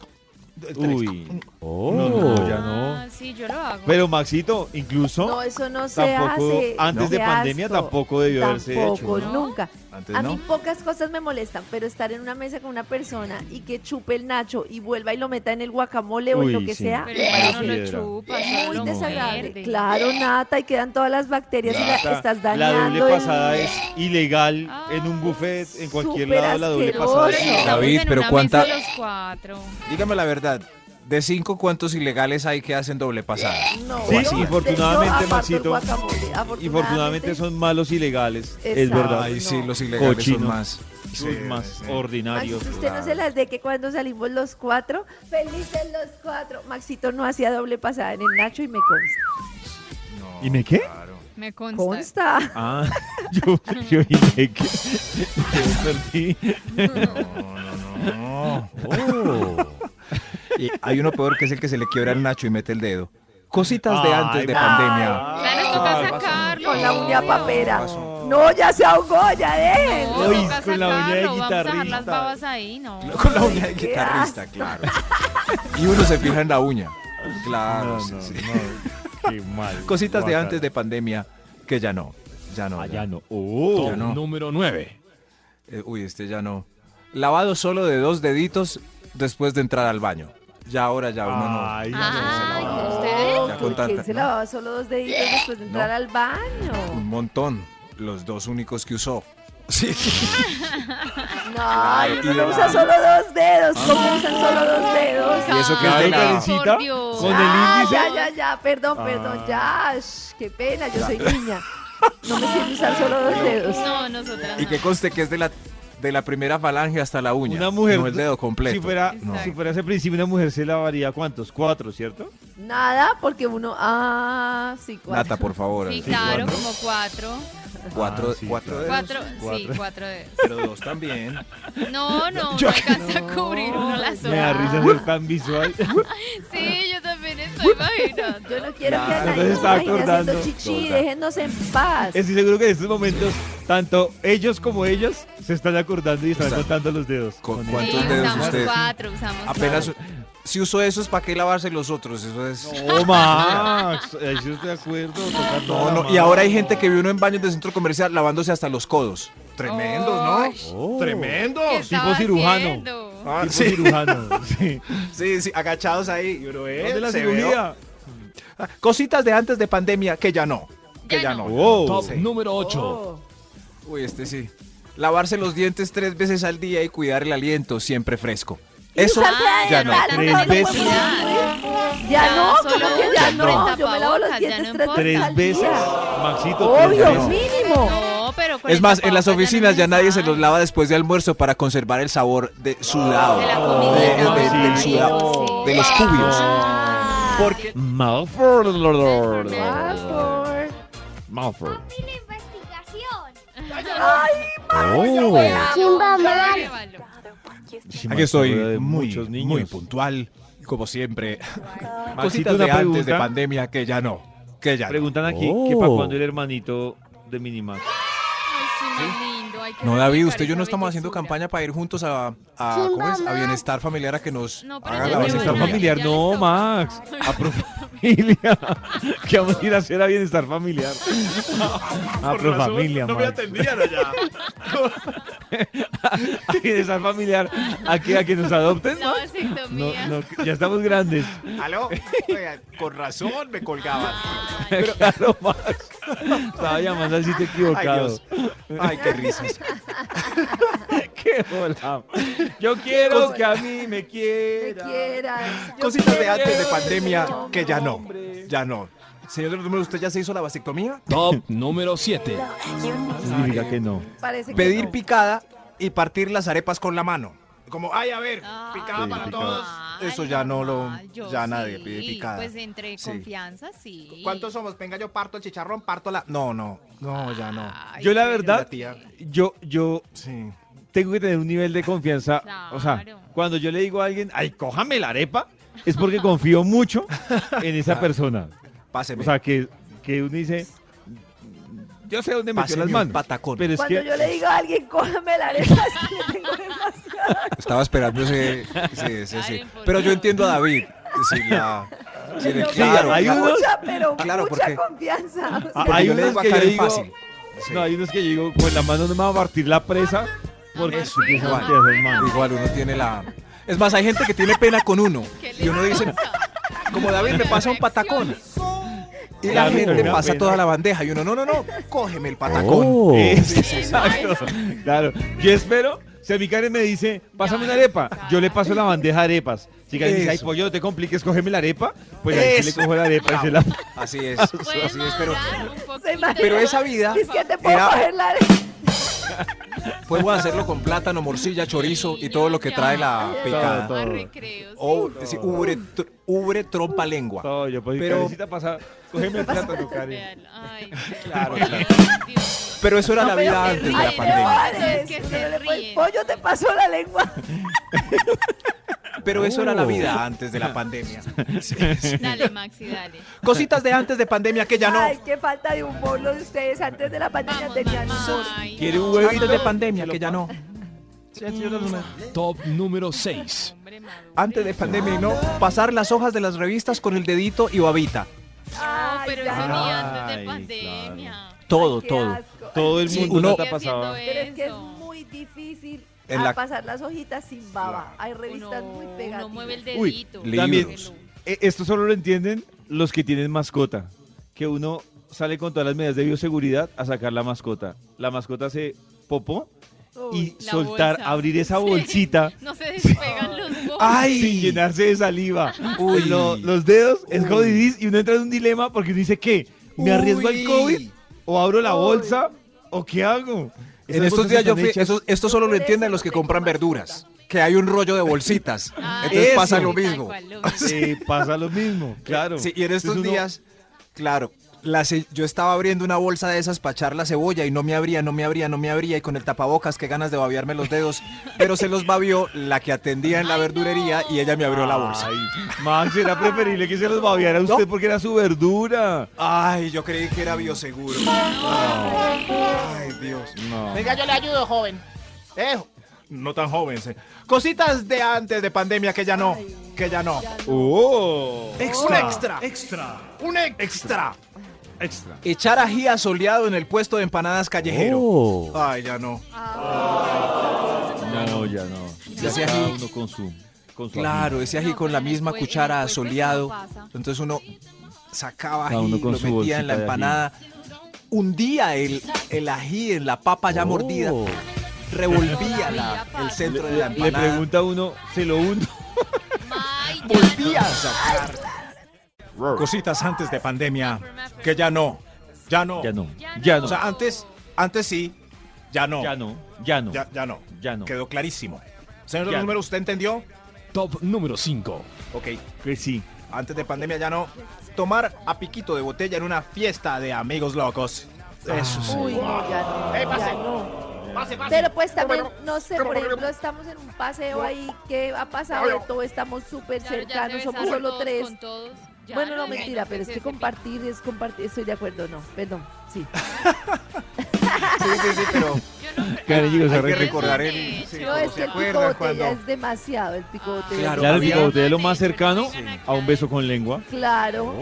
Speaker 2: Uy.
Speaker 6: No,
Speaker 2: No,
Speaker 6: no,
Speaker 2: ya no.
Speaker 4: Ah, sí, yo lo hago.
Speaker 2: Pero Maxito, incluso
Speaker 5: No, eso no se
Speaker 2: tampoco,
Speaker 5: hace.
Speaker 2: antes de
Speaker 5: Qué
Speaker 2: pandemia
Speaker 5: asco.
Speaker 2: tampoco debió haberse
Speaker 5: Tampoco,
Speaker 2: hecho. Pues
Speaker 4: ¿no?
Speaker 5: nunca.
Speaker 3: Antes
Speaker 5: a
Speaker 3: no.
Speaker 5: mí pocas cosas me molestan, pero estar en una mesa con una persona y que chupe el nacho y vuelva y lo meta en el guacamole o en
Speaker 2: Uy,
Speaker 5: lo que
Speaker 2: sí.
Speaker 5: sea,
Speaker 4: Pero el
Speaker 2: Ah,
Speaker 4: no lo
Speaker 2: piedra.
Speaker 4: chupa,
Speaker 5: muy
Speaker 4: solo
Speaker 5: desagradable.
Speaker 4: muerde.
Speaker 5: Claro, Nata, y quedan todas las bacterias y la
Speaker 2: Nata,
Speaker 5: estás
Speaker 2: La
Speaker 5: dañando. ¿eh?
Speaker 2: doble
Speaker 5: el-
Speaker 2: pasada es ilegal
Speaker 4: Ah,
Speaker 2: en un buffet, en cualquier
Speaker 5: súper
Speaker 2: lado la doble
Speaker 5: asqueroso.
Speaker 2: pasada es
Speaker 4: Pero estamos
Speaker 2: ilegal.
Speaker 3: David,
Speaker 4: en
Speaker 3: pero
Speaker 4: una
Speaker 3: cuánta-
Speaker 4: mesa los cuatro.
Speaker 3: Dígame la verdad. De cinco, ¿cuántos ilegales hay que hacen doble pasada?
Speaker 5: No,
Speaker 2: Sí,
Speaker 5: así.
Speaker 2: infortunadamente,
Speaker 5: Yo aparto el
Speaker 2: Maxito.
Speaker 5: guacamole,
Speaker 2: Y afortunadamente son malos ilegales, es
Speaker 5: Exacto.
Speaker 2: verdad.
Speaker 3: Ay,
Speaker 5: no.
Speaker 3: sí, los ilegales son
Speaker 2: Cochinos.
Speaker 3: más.
Speaker 2: Son
Speaker 3: Sí,
Speaker 2: más
Speaker 3: sí.
Speaker 2: ordinarios.
Speaker 5: Maxito, usted no se las de que cuando salimos los cuatro, felices los cuatro. Maxito no hacía doble pasada en el Nacho y me consta.
Speaker 3: No,
Speaker 2: ¿Y me qué?
Speaker 3: claro.
Speaker 4: Me consta.
Speaker 5: Consta.
Speaker 2: Ah, yo, yo dije que yo perdí.
Speaker 3: No, no, no. Y hay uno peor que es el que se le quiebra el Nacho y mete el dedo. Cositas de antes de
Speaker 2: Ay,
Speaker 3: pandemia.
Speaker 4: Claro,
Speaker 2: Ah,
Speaker 4: toca sacarlo.
Speaker 5: Con la uña
Speaker 4: obvio.
Speaker 5: papera.
Speaker 3: pasó?
Speaker 5: No, ya se ahogó, ya dejen.
Speaker 4: No,
Speaker 2: Uy,
Speaker 4: toca
Speaker 2: con la uña de
Speaker 4: sacarlo, Vamos a dejar las
Speaker 2: guitarrista.
Speaker 4: babas ahí, no.
Speaker 3: Con la uña de
Speaker 5: qué
Speaker 3: guitarrista,
Speaker 5: asco.
Speaker 3: claro. Y uno se fija en la uña. Claro,
Speaker 2: No,
Speaker 3: sí,
Speaker 2: no,
Speaker 3: sí.
Speaker 2: no, Qué mal.
Speaker 3: Cositas de
Speaker 2: Guácala.
Speaker 3: antes de pandemia que ya no. Ya no.
Speaker 2: Ah,
Speaker 3: ya
Speaker 2: ya
Speaker 3: no.
Speaker 2: no. Oh.
Speaker 3: Ya
Speaker 6: Top
Speaker 3: no.
Speaker 6: número 9.
Speaker 3: Eh, uy, este ya no. Lavado solo de dos deditos después de entrar al baño. Ya ahora ya uno no.
Speaker 2: Ay,
Speaker 4: Ay,
Speaker 3: no,
Speaker 5: No,
Speaker 4: ustedes.
Speaker 3: Ya
Speaker 5: ¿por
Speaker 3: con
Speaker 5: qué
Speaker 3: tanta-
Speaker 5: se
Speaker 3: no.
Speaker 5: lavaba solo dos deditos después de entrar
Speaker 3: No.
Speaker 5: al
Speaker 3: Un
Speaker 5: baño?
Speaker 3: montón. Los dos únicos que usó. Sí.
Speaker 5: No, uno
Speaker 3: tira.
Speaker 5: no usa solo dos dedos. ¿Cómo usan solo dos dedos?
Speaker 3: Y eso que es de
Speaker 4: Ay,
Speaker 3: la-
Speaker 4: por
Speaker 2: Karencita,
Speaker 4: Dios.
Speaker 2: con el-
Speaker 5: Ah,
Speaker 2: índice?
Speaker 5: ya, ya, ya, perdón, perdón, ya. shh, qué pena, yo soy niña. No me sirve usar solo dos dedos.
Speaker 4: No, nosotras
Speaker 3: Y que
Speaker 4: no.
Speaker 3: conste que es de la, de la primera falange hasta la uña.
Speaker 2: Una mujer.
Speaker 3: No el dedo completo.
Speaker 2: Si fuera,
Speaker 4: No.
Speaker 2: si fuera ese principio, una mujer se lavaría cuántos? Cuatro, ¿cierto?
Speaker 5: Nada, porque uno. Ah, sí, cuatro.
Speaker 3: Nata, por favor.
Speaker 4: Sí,
Speaker 3: así,
Speaker 4: claro,
Speaker 3: cuatro-
Speaker 4: como cuatro.
Speaker 3: Cuatro,
Speaker 2: Ah, sí,
Speaker 3: cuatro
Speaker 2: claro.
Speaker 3: dedos.
Speaker 4: Cuatro, sí,
Speaker 2: Cuatro.
Speaker 4: cuatro dedos.
Speaker 3: Pero dos también.
Speaker 4: No, no, no alcanza a cubrir uno la
Speaker 2: Me da
Speaker 4: zona.
Speaker 2: risa ser tan visual.
Speaker 4: Sí, yo también estoy imaginando.
Speaker 5: Yo no quiero que a
Speaker 3: Claro,
Speaker 5: nadie
Speaker 2: se
Speaker 5: me
Speaker 2: estaba
Speaker 5: imagine haciendo
Speaker 2: acordando.
Speaker 5: chichi, déjennos en paz.
Speaker 2: Estoy seguro que en estos momentos, tanto ellos como ellas se están acordando y están
Speaker 3: Exacto.
Speaker 2: contando los dedos.
Speaker 3: ¿Con
Speaker 2: Con
Speaker 3: cuántos
Speaker 4: sí,
Speaker 2: ellos.
Speaker 3: dedos
Speaker 4: usamos
Speaker 3: usted?
Speaker 4: cuatro, usamos
Speaker 3: Apenas.
Speaker 4: cuatro.
Speaker 3: Si usó esos, ¿para qué lavarse los otros? Eso es.
Speaker 2: No, Oh, Max. Ahí sí estoy de acuerdo. toca
Speaker 3: No,
Speaker 2: toda
Speaker 3: no.
Speaker 2: la
Speaker 3: Y ahora hay
Speaker 2: mano.
Speaker 3: gente que vio uno en baños de centro comercial lavándose hasta los codos. Tremendo, ¿no?
Speaker 4: Ay,
Speaker 2: Oh.
Speaker 3: Tremendo.
Speaker 4: ¿qué
Speaker 2: tipo
Speaker 4: estaba
Speaker 2: cirujano.
Speaker 4: haciendo?
Speaker 3: Ah,
Speaker 2: Tipo
Speaker 3: sí, pues.
Speaker 2: cirujano. Sí.
Speaker 3: sí, sí, agachados ahí. Y uno, eh,
Speaker 2: ¿Dónde la
Speaker 3: se veo.
Speaker 2: cirugía?
Speaker 3: Cositas de antes de pandemia que ya no. Que
Speaker 4: Ya
Speaker 3: ya,
Speaker 4: no.
Speaker 3: no.
Speaker 2: Wow.
Speaker 6: Top
Speaker 3: Sí.
Speaker 6: número 8.
Speaker 3: Uy, este sí. Lavarse los dientes tres veces al día y cuidar el aliento siempre fresco. Eso
Speaker 5: usar
Speaker 3: ya no.
Speaker 5: diadema.
Speaker 2: Tres
Speaker 4: tanta
Speaker 2: veces.
Speaker 4: necesidad.
Speaker 5: Ya no,
Speaker 4: solo
Speaker 5: como que ya
Speaker 4: uno
Speaker 5: no.
Speaker 4: en
Speaker 5: Yo me lavo los
Speaker 4: tapabocas, ya
Speaker 5: dientes
Speaker 4: no importa.
Speaker 5: tres veces
Speaker 2: Tres
Speaker 5: al
Speaker 2: veces.
Speaker 5: día.
Speaker 2: Maxito, tres
Speaker 5: Obvio,
Speaker 2: veces.
Speaker 5: mínimo.
Speaker 4: No, pero con
Speaker 3: Es
Speaker 4: el
Speaker 3: más, en las
Speaker 4: tapabocas
Speaker 3: oficinas ya
Speaker 4: no
Speaker 3: nadie se los
Speaker 4: usan.
Speaker 3: lava después de almuerzo para conservar el sabor de sudado.
Speaker 4: De la
Speaker 3: de-
Speaker 4: comida.
Speaker 3: de- de-
Speaker 4: Ay,
Speaker 3: del sudado.
Speaker 4: sí.
Speaker 3: De los cubios.
Speaker 5: Ah,
Speaker 3: Porque
Speaker 2: Malfour.
Speaker 5: Malfour.
Speaker 2: Malfour.
Speaker 7: la investigación.
Speaker 5: Ay,
Speaker 7: Chimba
Speaker 4: Llévalo.
Speaker 2: Oh.
Speaker 3: aquí estoy
Speaker 2: De
Speaker 3: muy,
Speaker 2: muchos niños.
Speaker 3: muy puntual, como siempre.
Speaker 2: Maxito,
Speaker 3: Cositas
Speaker 2: una
Speaker 3: de antes de
Speaker 2: pregunta.
Speaker 3: pandemia que ya no. Que ya no.
Speaker 2: Preguntan aquí que para cuando el hermanito de Minimax.
Speaker 4: Ay, sí, más lindo, hay que
Speaker 3: No, David,
Speaker 4: replicar
Speaker 3: usted y yo
Speaker 4: esa
Speaker 3: no estamos haciendo
Speaker 4: bellezura.
Speaker 3: campaña para ir juntos a, a, ¿cómo es? a bienestar familiar a que nos
Speaker 4: No, pero
Speaker 3: haga
Speaker 4: ya
Speaker 3: la
Speaker 4: me
Speaker 3: bienestar
Speaker 4: van a-
Speaker 2: Ah, familiar.
Speaker 3: familiar.
Speaker 4: ya
Speaker 2: No,
Speaker 4: les toca.
Speaker 2: Max. A Profamilia. que vamos a ir a hacer a bienestar familiar. A Profamilia, Max.
Speaker 3: atendían allá.
Speaker 2: A bienestar familiar. A que, a que nos adopten,
Speaker 4: La
Speaker 2: Max. No,
Speaker 4: vasectomía.
Speaker 2: no, ya estamos grandes.
Speaker 3: Aló, oiga, con razón me colgaban.
Speaker 4: Ay,
Speaker 2: claro, Max. Estaba llamando al sitio equivocado.
Speaker 3: Ay, qué risas.
Speaker 2: Qué hola. Yo quiero que a mí me
Speaker 5: te
Speaker 2: quiera.
Speaker 5: quieras. Yo
Speaker 3: Cositas de
Speaker 5: quiero
Speaker 3: antes de
Speaker 5: que
Speaker 3: pandemia
Speaker 5: te amo.
Speaker 3: que ya no. Ya no. Señor de los números, ¿usted ya se hizo la vasectomía?
Speaker 6: Top número 7.
Speaker 2: Significa que no.
Speaker 5: Parece que
Speaker 3: Pedir
Speaker 5: no.
Speaker 3: picada y partir las arepas con la mano. Como, ay, a ver,
Speaker 4: Ah,
Speaker 3: picada
Speaker 2: Sí,
Speaker 3: para
Speaker 2: picada.
Speaker 3: todos. eso ya no lo-
Speaker 4: normal, yo
Speaker 3: ya nadie
Speaker 4: sí,
Speaker 3: pide picada.
Speaker 4: Pues entre
Speaker 3: Sí.
Speaker 4: confianza, sí.
Speaker 3: ¿Cuántos somos? Venga, yo parto el chicharrón, parto la. No, no, no, ya Ah, no.
Speaker 4: Ay,
Speaker 2: Yo la
Speaker 4: pero-
Speaker 2: verdad,
Speaker 3: La tía.
Speaker 2: yo, yo
Speaker 3: Sí.
Speaker 2: tengo que tener un nivel de confianza. O sea,
Speaker 4: Claro.
Speaker 2: cuando yo le digo a alguien, ay, cójame la arepa, es porque confío mucho en esa persona.
Speaker 3: Páseme.
Speaker 2: O sea, que, que uno dice, yo sé dónde metió
Speaker 3: Páseme
Speaker 2: las
Speaker 3: un
Speaker 2: manos.
Speaker 3: patacón.
Speaker 2: Pero es
Speaker 5: Cuando
Speaker 2: que
Speaker 5: yo le digo a alguien, cójame la arepa, es que le tengo demasiado.
Speaker 3: Estaba esperando ese. Sí, sí, sí.
Speaker 4: Karen, por
Speaker 3: Pero yo
Speaker 4: Dios.
Speaker 3: entiendo a David. Sí, la- sí,
Speaker 5: Pero
Speaker 3: claro,
Speaker 2: hay
Speaker 3: claro.
Speaker 2: uno-
Speaker 5: mucha, pero
Speaker 3: Claro,
Speaker 5: mucha
Speaker 3: porque-
Speaker 5: confianza. o sea,
Speaker 2: Ah, hay
Speaker 3: yo le
Speaker 2: unos
Speaker 3: digo a
Speaker 2: que yo
Speaker 3: Karen
Speaker 2: digo-
Speaker 3: fácil. Sí.
Speaker 2: No, hay unos que yo digo, con la mano no me va a partir la presa porque
Speaker 4: Eso,
Speaker 2: empiezan a
Speaker 3: igual.
Speaker 2: meter las manos.
Speaker 3: Igual uno tiene la. Es más, hay gente que tiene pena con uno.
Speaker 4: ¿Qué le
Speaker 3: Y uno dice, como David me pasa un patacón. Y la
Speaker 2: Claro, me
Speaker 3: gente
Speaker 2: da
Speaker 3: pasa
Speaker 2: pena. Oh,
Speaker 3: toda la bandeja. Y uno, no, no, no, cógeme el patacón.
Speaker 6: Oh.
Speaker 3: E.
Speaker 2: Es- exacto. Claro. Yo espero. Si a mi Karen me dice, pásame una arepa, yo le paso la bandeja de arepas. Si Karen dice, ay,
Speaker 3: Eso.
Speaker 2: pollo, no te compliques, cógeme la arepa, pues ahí sí le
Speaker 3: Eso.
Speaker 2: cojo la arepa y se la...
Speaker 3: Así es,
Speaker 4: Puede
Speaker 3: Pues así es, pero
Speaker 4: madurar un poquito.
Speaker 5: se imagina-
Speaker 3: pero esa vida
Speaker 5: Es que te puedo
Speaker 3: era-
Speaker 5: coger la arepa.
Speaker 3: podemos hacerlo con plátano, morcilla, chorizo y todo lo que trae la
Speaker 2: Todo,
Speaker 3: picada. Oh,
Speaker 2: todo.
Speaker 4: A recreos.
Speaker 3: O sí, ubre, tr- ubre trompa lengua.
Speaker 2: Todo, yo puedo
Speaker 3: Pero-
Speaker 2: pero... pasar, cógeme el plátano, Karen.
Speaker 4: Vean, Ay,
Speaker 3: Claro,
Speaker 4: Dios,
Speaker 3: claro.
Speaker 4: Dios.
Speaker 3: Pero eso era la
Speaker 5: pero
Speaker 3: vida
Speaker 5: que
Speaker 3: antes de
Speaker 5: ríen,
Speaker 3: la
Speaker 4: ríe,
Speaker 3: pandemia.
Speaker 5: no,
Speaker 4: Eso es que
Speaker 5: Uno
Speaker 4: se
Speaker 5: le pone,
Speaker 4: ríen.
Speaker 5: Pollo, te pasó la lengua.
Speaker 3: Pero eso era
Speaker 2: Oh.
Speaker 3: la vida antes de la pandemia. Sí, sí.
Speaker 4: Dale, Maxi, dale.
Speaker 3: Cositas de antes de pandemia que ya no.
Speaker 5: Ay, qué falta de humor los de ustedes. Antes de la pandemia
Speaker 4: Vamos,
Speaker 5: tenían humor.
Speaker 4: mamá. Ay,
Speaker 2: ¿Quiere un
Speaker 4: no,
Speaker 2: huevito?
Speaker 3: Antes de pandemia que ya no.
Speaker 6: Top número 6.
Speaker 4: hombre maduro.
Speaker 3: Antes de pandemia y no. Pasar las hojas de las revistas con el dedito y babita.
Speaker 5: Ay,
Speaker 4: No, pero
Speaker 5: ya.
Speaker 4: eso ni antes
Speaker 2: Ay,
Speaker 4: de pandemia.
Speaker 3: Todo,
Speaker 5: Qué
Speaker 3: todo.
Speaker 5: asco.
Speaker 2: Todo el
Speaker 3: Sí,
Speaker 2: mundo
Speaker 3: uno-
Speaker 2: uno...
Speaker 4: Sigue haciendo
Speaker 2: pasaba.
Speaker 5: Pero es que es
Speaker 4: eso.
Speaker 5: muy difícil
Speaker 3: En
Speaker 5: a
Speaker 3: la-
Speaker 5: pasar las hojitas sin baba. Hay revistas muy pegadas.
Speaker 4: uno mueve el
Speaker 2: Uy,
Speaker 4: dedito.
Speaker 3: libros.
Speaker 2: También,
Speaker 4: Libros.
Speaker 2: eh, esto solo lo entienden los que tienen mascota. Que uno sale con todas las medidas de bioseguridad a sacar la mascota. La mascota se popó y
Speaker 4: La
Speaker 2: soltar,
Speaker 4: bolsa.
Speaker 2: abrir esa
Speaker 4: Sí.
Speaker 2: bolsita...
Speaker 4: No se despegan los
Speaker 3: Ah,
Speaker 4: bobos.
Speaker 2: sin
Speaker 3: ¡Ay!
Speaker 2: llenarse de saliva.
Speaker 3: Uy.
Speaker 2: Lo- los dedos es jodidís y uno entra en un dilema porque uno dice, ¿qué? ¿Me arriesgo al
Speaker 3: Uy.
Speaker 2: COVID? ¿O abro la bolsa? ¿O qué hago?
Speaker 3: En
Speaker 2: Esas
Speaker 3: estos
Speaker 2: bolsas
Speaker 3: días yo
Speaker 2: están
Speaker 3: fui,
Speaker 2: hechas-
Speaker 3: eso- esto solo lo
Speaker 5: Por eso
Speaker 3: entienden
Speaker 5: no
Speaker 3: los que
Speaker 5: tengo
Speaker 3: compran
Speaker 5: mascota.
Speaker 3: verduras, que hay un rollo de bolsitas.
Speaker 4: Ah,
Speaker 3: Entonces pasa
Speaker 2: eso.
Speaker 3: lo
Speaker 4: Tal
Speaker 3: mismo.
Speaker 4: cual, lo mismo.
Speaker 2: Eh, pasa lo mismo, claro.
Speaker 3: Sí, y en estos
Speaker 2: Entonces uno-
Speaker 3: días, claro, la ce- yo estaba abriendo una bolsa de esas para echar la cebolla y no me abría, no me abría, no me abría y con el tapabocas qué ganas de babearme los dedos, pero se los babió la que atendía en la
Speaker 4: Ay,
Speaker 3: verdurería
Speaker 4: no.
Speaker 3: y ella me abrió la bolsa.
Speaker 2: Ay, Max, era preferible que se los babiara a usted
Speaker 3: ¿No?
Speaker 2: porque era su verdura.
Speaker 3: Ay, yo creí que era bioseguro. Ay, Dios. Venga, yo le ayudo, joven. Eh, no tan joven. sí. Cositas de antes de pandemia que ya no, que ya no.
Speaker 2: ¡Oh!
Speaker 3: Un extra.
Speaker 6: Extra.
Speaker 3: Un extra.
Speaker 2: Extra. Oh.
Speaker 3: Echar ají asoleado en el puesto de empanadas callejero. Ay, ya no.
Speaker 2: No, ya no. Ya
Speaker 3: Ese
Speaker 2: cada
Speaker 3: ají.
Speaker 2: uno con su, con su ají.
Speaker 3: Claro, ese ají
Speaker 4: No,
Speaker 3: con
Speaker 4: pero
Speaker 3: la
Speaker 4: en el
Speaker 3: misma
Speaker 4: pue- en el
Speaker 3: cuchara
Speaker 4: puesto no
Speaker 3: asoleado.
Speaker 4: pasa.
Speaker 3: Entonces uno sacaba ají,
Speaker 2: Cada uno con
Speaker 3: lo
Speaker 2: su
Speaker 3: metía en
Speaker 2: bolsita
Speaker 3: la
Speaker 2: de ají.
Speaker 3: empanada, hundía el, el ají en la papa
Speaker 2: Oh.
Speaker 3: ya mordida, revolvía la-
Speaker 4: Todavía
Speaker 3: el
Speaker 4: pasa,
Speaker 3: centro de la
Speaker 2: Le, le
Speaker 3: empanada,
Speaker 2: pregunta a uno, ¿se lo hundo?
Speaker 4: Ay, ya
Speaker 3: volvía
Speaker 4: no.
Speaker 3: a sacar. Cositas antes de pandemia que ya no, ya no.
Speaker 2: Ya no,
Speaker 4: Ya no.
Speaker 2: ya no,
Speaker 3: O sea, antes, antes sí, ya no,
Speaker 2: ya no, ya no.
Speaker 3: ya, ya no.
Speaker 2: Ya no.
Speaker 3: Quedó clarísimo. Señor
Speaker 2: Ya
Speaker 3: del
Speaker 2: no.
Speaker 3: número, ¿usted entendió?
Speaker 6: Top número 5.
Speaker 3: Ok.
Speaker 2: Que sí.
Speaker 3: Antes de pandemia ya no. Tomar a piquito de botella en una fiesta de amigos locos. Eso sí.
Speaker 5: Uy, no, ya no.
Speaker 8: Eh, pase.
Speaker 5: ya no.
Speaker 8: Pase, pase.
Speaker 5: Pero pues también, no sé, por ejemplo, estamos en un paseo ahí que ha pasado de todo, estamos súper
Speaker 4: Ya, ya
Speaker 5: cercanos,
Speaker 4: se
Speaker 5: somos
Speaker 4: besaron
Speaker 5: solo
Speaker 4: todos
Speaker 5: tres.
Speaker 4: con todos. Ya
Speaker 5: Bueno, no,
Speaker 4: ya
Speaker 5: mentira,
Speaker 4: no
Speaker 5: pero es
Speaker 4: se
Speaker 5: que
Speaker 4: cepilla.
Speaker 5: compartir es compartir, estoy de acuerdo, no, perdón, sí.
Speaker 3: Sí, sí, sí, pero
Speaker 4: Yo no-
Speaker 2: Karen llegó a
Speaker 4: Ay,
Speaker 2: ser
Speaker 4: pero
Speaker 2: re-
Speaker 3: recordar
Speaker 4: eso
Speaker 3: el-
Speaker 4: es
Speaker 3: sí,
Speaker 4: un
Speaker 5: No,
Speaker 3: ¿cómo
Speaker 5: es
Speaker 4: hecho.
Speaker 5: que
Speaker 3: se
Speaker 5: el
Speaker 3: acuerda
Speaker 5: pico de botella
Speaker 3: cuando-
Speaker 5: es demasiado, el pico de
Speaker 4: Ah,
Speaker 5: botella.
Speaker 3: Claro,
Speaker 2: Claro, el
Speaker 3: había-
Speaker 2: pico de botella es lo más cercano
Speaker 4: Sí.
Speaker 2: a un beso con lengua.
Speaker 5: Claro.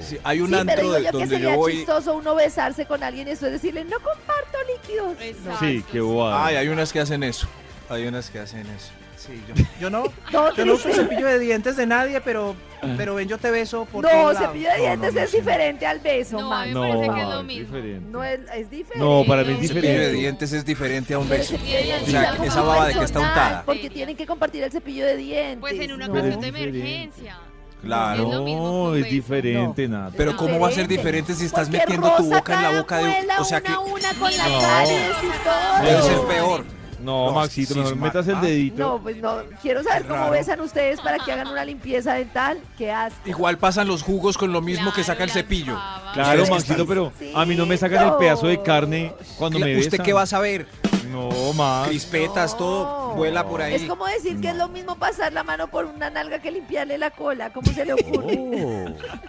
Speaker 3: sí, hay un
Speaker 5: Sí, pero
Speaker 3: antro
Speaker 5: digo
Speaker 3: de-
Speaker 5: yo que
Speaker 3: donde
Speaker 5: sería
Speaker 3: yo voy.
Speaker 5: chistoso uno besarse con alguien y eso es decirle, no comparto líquidos.
Speaker 4: Exacto.
Speaker 2: Sí, qué
Speaker 3: Ay,
Speaker 2: guay.
Speaker 3: hay unas que hacen eso. Hay unas que hacen eso. Sí, yo, yo no.
Speaker 5: No,
Speaker 3: Yo no
Speaker 5: triste.
Speaker 3: uso cepillo de dientes de nadie, pero, pero ven, yo te beso por
Speaker 5: No,
Speaker 3: todos lados.
Speaker 5: cepillo de
Speaker 3: No, no,
Speaker 5: dientes
Speaker 3: no,
Speaker 5: es
Speaker 3: sí.
Speaker 5: diferente al beso,
Speaker 4: No,
Speaker 5: Max.
Speaker 4: me parece que es lo
Speaker 2: es
Speaker 4: mismo.
Speaker 2: diferente.
Speaker 5: No es, es diferente.
Speaker 2: No, para mí es
Speaker 3: El cepillo de
Speaker 2: diferente.
Speaker 3: dientes es diferente a un beso.
Speaker 4: Tiene
Speaker 3: O sea,
Speaker 4: la-
Speaker 3: esa baba de que está untada.
Speaker 5: Porque tienen que compartir el cepillo de dientes.
Speaker 4: Pues en una
Speaker 5: no.
Speaker 4: ocasión de
Speaker 2: es diferente.
Speaker 4: emergencia.
Speaker 3: Claro.
Speaker 4: Es lo mismo que
Speaker 2: No,
Speaker 4: un
Speaker 2: es
Speaker 4: beso.
Speaker 2: diferente, nada.
Speaker 3: Pero ¿cómo va a ser diferente si estás
Speaker 5: Porque
Speaker 3: metiendo tu
Speaker 5: roza
Speaker 3: boca en la
Speaker 5: cada
Speaker 3: boca de...
Speaker 5: muela,
Speaker 3: O sea
Speaker 5: una
Speaker 3: que
Speaker 5: a una con la
Speaker 2: No.
Speaker 5: caries y todo.
Speaker 3: debe ser peor.
Speaker 2: No,
Speaker 3: No,
Speaker 2: Maxito,
Speaker 3: sí,
Speaker 2: mejor
Speaker 3: sí,
Speaker 2: metas el
Speaker 3: ah,
Speaker 2: dedito.
Speaker 5: No, pues no. Quiero saber cómo
Speaker 3: Raro.
Speaker 5: besan ustedes para que hagan una limpieza dental. Qué asco.
Speaker 3: Igual pasan los jugos con lo mismo que saca el
Speaker 4: Claro,
Speaker 3: cepillo.
Speaker 4: las babas.
Speaker 2: Claro,
Speaker 3: Ustedes Ah, que
Speaker 2: Maxito,
Speaker 3: están-
Speaker 2: pero a mí no me sacan el pedazo de carne cuando me besan.
Speaker 3: ¿Usted qué va a saber?
Speaker 2: No, Max.
Speaker 3: Crispetas, todo vuela por ahí.
Speaker 5: Ah, Es como decir que es lo mismo pasar la mano por una nalga que limpiarle la cola. ¿Cómo se le ocurre?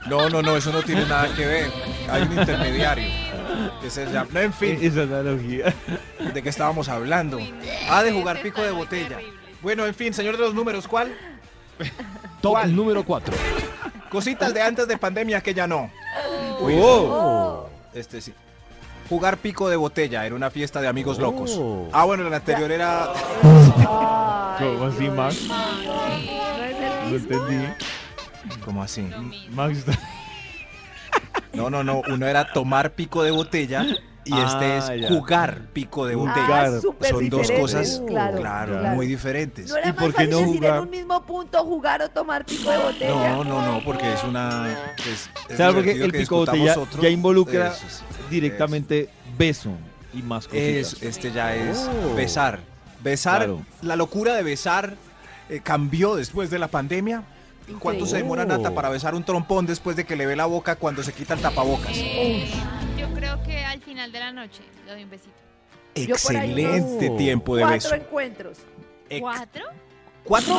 Speaker 3: No, no, no, eso no tiene nada que ver. Hay un intermediario. Que se llama. No, en fin.
Speaker 2: E-, Esa analogía.
Speaker 3: ¿De qué estábamos hablando? Ah, de jugar pico de botella. Bueno, en fin, señor de los números, ¿cuál?
Speaker 6: Top
Speaker 3: ¿Cuál?
Speaker 6: número 4.
Speaker 3: Cositas de antes de pandemia que ya no.
Speaker 5: Oh.
Speaker 3: Este sí. Jugar pico de botella era una fiesta de amigos locos.
Speaker 2: Oh.
Speaker 3: Ah, bueno, el anterior era.
Speaker 5: Ay,
Speaker 2: ¿Cómo así,
Speaker 5: Dios.
Speaker 2: Max?
Speaker 5: ¿No es el
Speaker 2: No
Speaker 5: mismo?
Speaker 2: entendí.
Speaker 3: ¿Cómo así?
Speaker 2: Max está...
Speaker 3: No, no, no. Uno era tomar pico de botella y
Speaker 2: Ah,
Speaker 3: este es
Speaker 2: ya.
Speaker 3: jugar pico de
Speaker 2: Jugar.
Speaker 3: botella.
Speaker 5: Ah, súper
Speaker 3: Son dos
Speaker 5: diferentes,
Speaker 3: cosas,
Speaker 5: claro, claro.
Speaker 3: muy diferentes.
Speaker 5: ¿No era
Speaker 2: ¿Y
Speaker 5: más
Speaker 2: por qué
Speaker 5: fácil
Speaker 2: no
Speaker 5: decir en
Speaker 2: jugar?
Speaker 5: un mismo punto jugar o tomar pico de botella?
Speaker 3: No, no, no, porque es una. Es, es
Speaker 2: Claro, porque
Speaker 3: divertido
Speaker 2: el
Speaker 3: que
Speaker 2: pico de
Speaker 3: discutamos
Speaker 2: botella
Speaker 3: otro.
Speaker 2: ya involucra
Speaker 3: Eso sí,
Speaker 2: directamente beso y más
Speaker 3: eso.
Speaker 2: cositas.
Speaker 3: Es- este ya es besar. Besar,
Speaker 2: Claro.
Speaker 3: la locura de besar eh, cambió después de la pandemia. ¿Y ¿Cuánto se demora Nata para besar un trompón después de que le ve la boca cuando se quita el tapabocas?
Speaker 4: Eh, yo creo que al final de la noche le doy un besito.
Speaker 5: Yo por ahí unos
Speaker 3: Excelente tiempo de
Speaker 5: Cuatro
Speaker 3: beso.
Speaker 5: encuentros.
Speaker 3: Ex-
Speaker 4: ¿Cuatro?
Speaker 3: ¿Cuatro?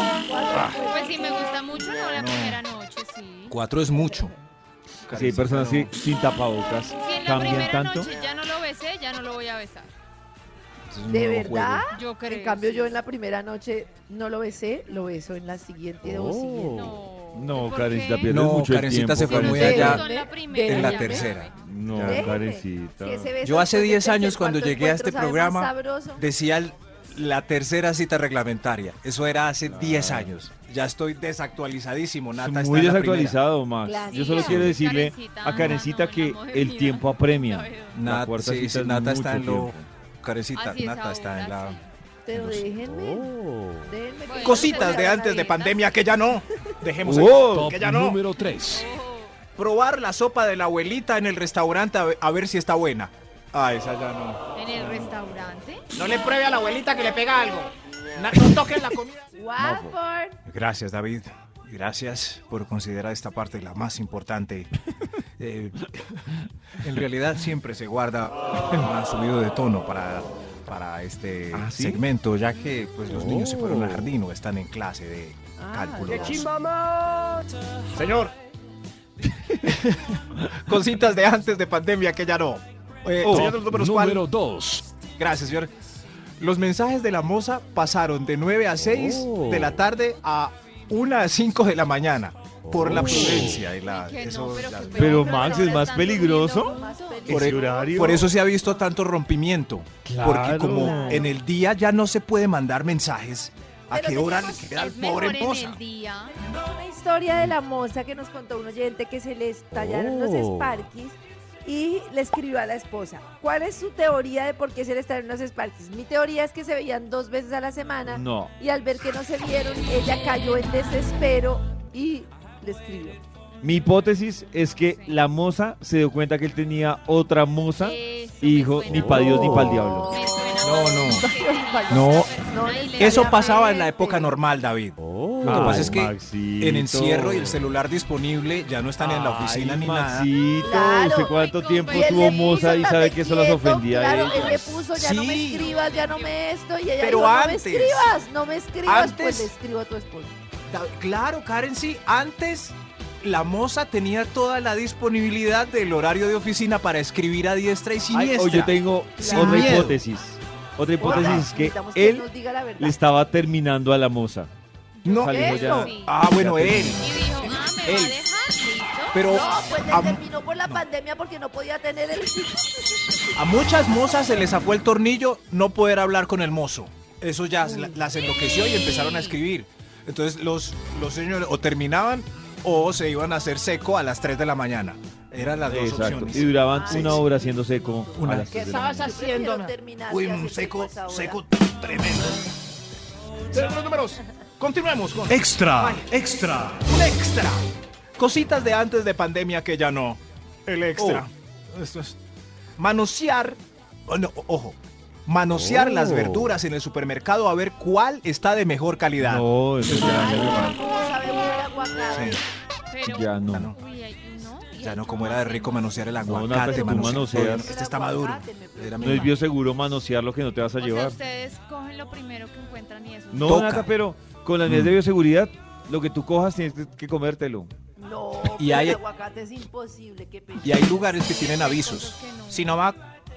Speaker 4: Pues si me gusta mucho, no la primera noche, sí.
Speaker 3: Cuatro es mucho.
Speaker 2: Si hay personas así, sin tapabocas,
Speaker 4: Si en la
Speaker 2: cambian
Speaker 4: primera
Speaker 2: tanto.
Speaker 4: noche ya no lo besé, ya no lo voy a besar.
Speaker 3: Es un
Speaker 5: ¿De
Speaker 3: nuevo
Speaker 5: verdad?
Speaker 3: juego.
Speaker 4: Yo creo.
Speaker 5: En cambio,
Speaker 4: sí.
Speaker 5: yo en la primera noche no lo besé, lo beso en la siguiente o siguiente.
Speaker 4: No,
Speaker 2: Oh. No,
Speaker 4: ¿por
Speaker 2: Karencita,
Speaker 4: qué?
Speaker 2: pierdes
Speaker 3: No,
Speaker 2: mucho el
Speaker 3: Karencita
Speaker 2: tiempo.
Speaker 3: se fue
Speaker 4: Si
Speaker 3: muy
Speaker 4: ustedes
Speaker 3: allá
Speaker 4: son la
Speaker 5: de-
Speaker 4: primera,
Speaker 5: en
Speaker 3: la
Speaker 4: ya
Speaker 3: tercera.
Speaker 4: me-
Speaker 2: No,
Speaker 5: Déjeme,
Speaker 2: Karencita.
Speaker 5: que ese beso
Speaker 3: Yo hace
Speaker 5: después del
Speaker 3: 10 años
Speaker 5: tercer,
Speaker 3: cuando
Speaker 5: cuarto
Speaker 3: llegué a este
Speaker 5: encuentro sabe más
Speaker 3: programa,
Speaker 5: sabroso.
Speaker 3: decía el- la tercera cita reglamentaria. Eso era hace 10 años. Ya estoy desactualizadísimo,
Speaker 2: Es
Speaker 3: Nata. está
Speaker 2: muy
Speaker 3: en la
Speaker 2: desactualizado, Max.
Speaker 5: Claro.
Speaker 2: Yo solo
Speaker 4: Sí,
Speaker 2: quiero
Speaker 4: no,
Speaker 2: decirle
Speaker 4: Karencita,
Speaker 2: a Karencita
Speaker 4: no,
Speaker 2: que
Speaker 4: no, no,
Speaker 2: el
Speaker 4: no,
Speaker 2: tiempo
Speaker 4: no,
Speaker 2: apremia.
Speaker 4: no, no.
Speaker 2: La
Speaker 3: primera. Nat-
Speaker 2: cuarta
Speaker 3: sí,
Speaker 2: cita
Speaker 3: sí,
Speaker 2: es
Speaker 3: Nata
Speaker 2: mucho
Speaker 3: está en lo.
Speaker 2: tiempo.
Speaker 3: Karencita,
Speaker 4: Así es
Speaker 3: Nata está en
Speaker 4: ahora,
Speaker 3: la.
Speaker 5: Pero
Speaker 3: no sé.
Speaker 5: déjenme.
Speaker 2: Oh.
Speaker 5: déjenme que-
Speaker 4: Bueno,
Speaker 3: Cositas
Speaker 4: pero
Speaker 3: de
Speaker 4: la
Speaker 3: antes de
Speaker 4: Navidad-
Speaker 3: pandemia que ya no. Dejemos ahí.
Speaker 2: ¡Wow!
Speaker 6: Top
Speaker 3: Oh, que ya no.
Speaker 6: número 3.
Speaker 4: Ojo.
Speaker 3: Probar la sopa de la abuelita en el restaurante a ver, a ver si está buena. Ah, esa ya no.
Speaker 4: ¿En el restaurante?
Speaker 8: No le pruebe a la abuelita que le pega algo. Na- No toquen la comida.
Speaker 5: Watford.
Speaker 3: Gracias, David. Gracias por considerar esta parte la más importante. Eh, en realidad siempre se guarda un subido de tono para, para este
Speaker 2: ¿Ah, sí?
Speaker 3: segmento, ya que pues, los niños se fueron al jardín o están en clase de cálculo. dos.
Speaker 8: Señor,
Speaker 3: Cositas de antes de pandemia que ya no. Eh, señor de los
Speaker 6: Top
Speaker 3: números, ¿cuál?
Speaker 6: número 2.
Speaker 3: Gracias, señor. Los mensajes de la moza pasaron de 9 a 6
Speaker 2: Oh.
Speaker 3: de la tarde a 1 a 5 de la mañana. Por
Speaker 2: Oh.
Speaker 3: la prudencia y la.
Speaker 4: Ay, que no,
Speaker 3: eso
Speaker 4: pero
Speaker 3: ya-
Speaker 4: qué pe-
Speaker 2: Pero
Speaker 4: Pero
Speaker 2: Max
Speaker 4: ahora
Speaker 2: es más
Speaker 4: están
Speaker 2: peligroso.
Speaker 4: durmiendo
Speaker 5: Más feliz.
Speaker 3: por,
Speaker 2: ese
Speaker 3: el-
Speaker 2: horario.
Speaker 3: por eso se ha visto tanto rompimiento. Porque
Speaker 2: Claro.
Speaker 3: como en el día ya no se puede mandar mensajes, ¿a
Speaker 5: Pero
Speaker 3: qué hora le
Speaker 5: tenemos-
Speaker 3: queda al
Speaker 4: es mejor
Speaker 3: pobre
Speaker 4: en
Speaker 3: moza?
Speaker 4: el día.
Speaker 5: una historia de la moza que nos contó un oyente que se le estallaron los
Speaker 2: Oh.
Speaker 5: Sparkies y le escribió a la esposa. ¿Cuál es su teoría de por qué se le estallaron los Sparkies? Mi teoría es que se veían dos veces a la semana
Speaker 2: No.
Speaker 5: y al ver que no se vieron, ella cayó en desespero y le escribió.
Speaker 2: Mi hipótesis es que la moza se dio cuenta que él tenía otra moza
Speaker 4: Eso
Speaker 2: y dijo,
Speaker 4: me suena
Speaker 2: ni para Dios ni para
Speaker 3: Oh.
Speaker 2: el diablo.
Speaker 4: Me suena
Speaker 3: No,
Speaker 4: bastante.
Speaker 3: no. No,
Speaker 5: No,
Speaker 3: Eso pasaba en la
Speaker 5: Obviamente.
Speaker 3: época normal, David. Lo que
Speaker 2: Ay,
Speaker 3: pasa es que
Speaker 2: Maxito.
Speaker 3: el encierro y el celular disponible ya no están en la oficina
Speaker 2: Ay,
Speaker 3: ni nada.
Speaker 2: Maxito,
Speaker 5: Claro.
Speaker 2: ¿usted cuánto
Speaker 4: Ay,
Speaker 5: Pues
Speaker 2: tiempo
Speaker 4: compa, y él
Speaker 2: tuvo
Speaker 4: le
Speaker 2: Pues moza y sabe que eso las ofendía
Speaker 5: claro,
Speaker 2: a
Speaker 5: él
Speaker 2: ellas?
Speaker 5: le puso, ya no me
Speaker 3: Sí.
Speaker 5: escribas, ya no me esto, y ella
Speaker 3: Pero
Speaker 5: dijo,
Speaker 3: antes.
Speaker 5: no me escribas, no me escribas, pues
Speaker 3: Antes.
Speaker 5: le escribo a tu esposo.
Speaker 3: Ta- Claro, Karen, sí. Antes la moza tenía toda la disponibilidad del horario de oficina para escribir a diestra y
Speaker 2: Ay,
Speaker 3: siniestra.
Speaker 2: o yo tengo
Speaker 3: Sin
Speaker 2: otra
Speaker 3: miedo.
Speaker 2: hipótesis. Otra hipótesis
Speaker 3: Ajá.
Speaker 2: es que
Speaker 5: Necesitamos que
Speaker 2: él
Speaker 5: nos diga la verdad.
Speaker 2: le estaba terminando a la moza.
Speaker 3: No.
Speaker 2: Salió ya.
Speaker 4: Sí.
Speaker 3: Ah, bueno, él.
Speaker 4: Y dijo, ah, me va
Speaker 3: Él.
Speaker 4: a dejar, listo.
Speaker 3: Pero
Speaker 5: No, pues le
Speaker 3: a,
Speaker 5: terminó por la pandemia porque no podía tener el.
Speaker 3: a muchas mozas se les afó el tornillo no poder hablar con el mozo. Eso ya la- las enloqueció y empezaron a escribir. Entonces los, los señores o terminaban o se iban a hacer seco a las 3 de la mañana. Eran las dos
Speaker 2: Exacto. Y
Speaker 3: opciones.
Speaker 2: duraban
Speaker 5: Ah,
Speaker 2: una
Speaker 5: sí.
Speaker 2: hora haciéndose como
Speaker 3: Una.
Speaker 2: a las
Speaker 8: ¿qué
Speaker 2: tres de la
Speaker 8: estabas
Speaker 2: mañana.
Speaker 8: haciendo?
Speaker 5: Prefiero terminar
Speaker 3: Uy,
Speaker 5: que hacer
Speaker 3: un seco,
Speaker 5: cosas ahora.
Speaker 3: seco tremendo.
Speaker 8: señor de los números, continuemos con
Speaker 6: Extra, extra.
Speaker 3: Un extra. Cositas de antes de pandemia que ya oh, no. El extra. Esto es. Manosear. oh, no, ojo. manosear
Speaker 2: Oh.
Speaker 3: las verduras en el supermercado a ver cuál está de mejor calidad.
Speaker 2: No, eso ya,
Speaker 5: Ay, ¿Cómo sabe bueno el aguacate?
Speaker 3: Sí,
Speaker 4: Pero,
Speaker 2: ya no.
Speaker 3: ya no.
Speaker 4: uy, ay, no, y
Speaker 3: Ya
Speaker 4: ay,
Speaker 3: no,
Speaker 4: ¿cómo
Speaker 3: como era de
Speaker 4: hacen?
Speaker 3: rico manosear el
Speaker 2: No,
Speaker 3: aguacate,
Speaker 2: Nata, tú
Speaker 3: manosear.
Speaker 2: manoseas.
Speaker 3: Este está maduro.
Speaker 5: Aguacate, me
Speaker 3: Era
Speaker 5: preocupa.
Speaker 3: mi
Speaker 2: No es bioseguro manosear lo que no te vas a
Speaker 4: O sea,
Speaker 2: llevar.
Speaker 4: ustedes cogen lo primero que encuentran y eso.
Speaker 2: No,
Speaker 3: Toca.
Speaker 2: Nata, pero con las medidas de bioseguridad, lo que tú cojas tienes que- que comértelo.
Speaker 5: No,
Speaker 3: Y
Speaker 5: pero
Speaker 3: hay-
Speaker 5: el aguacate es imposible, qué pena.
Speaker 3: Y hay lugares que tienen avisos.
Speaker 4: Cosas que no.
Speaker 8: Si no va,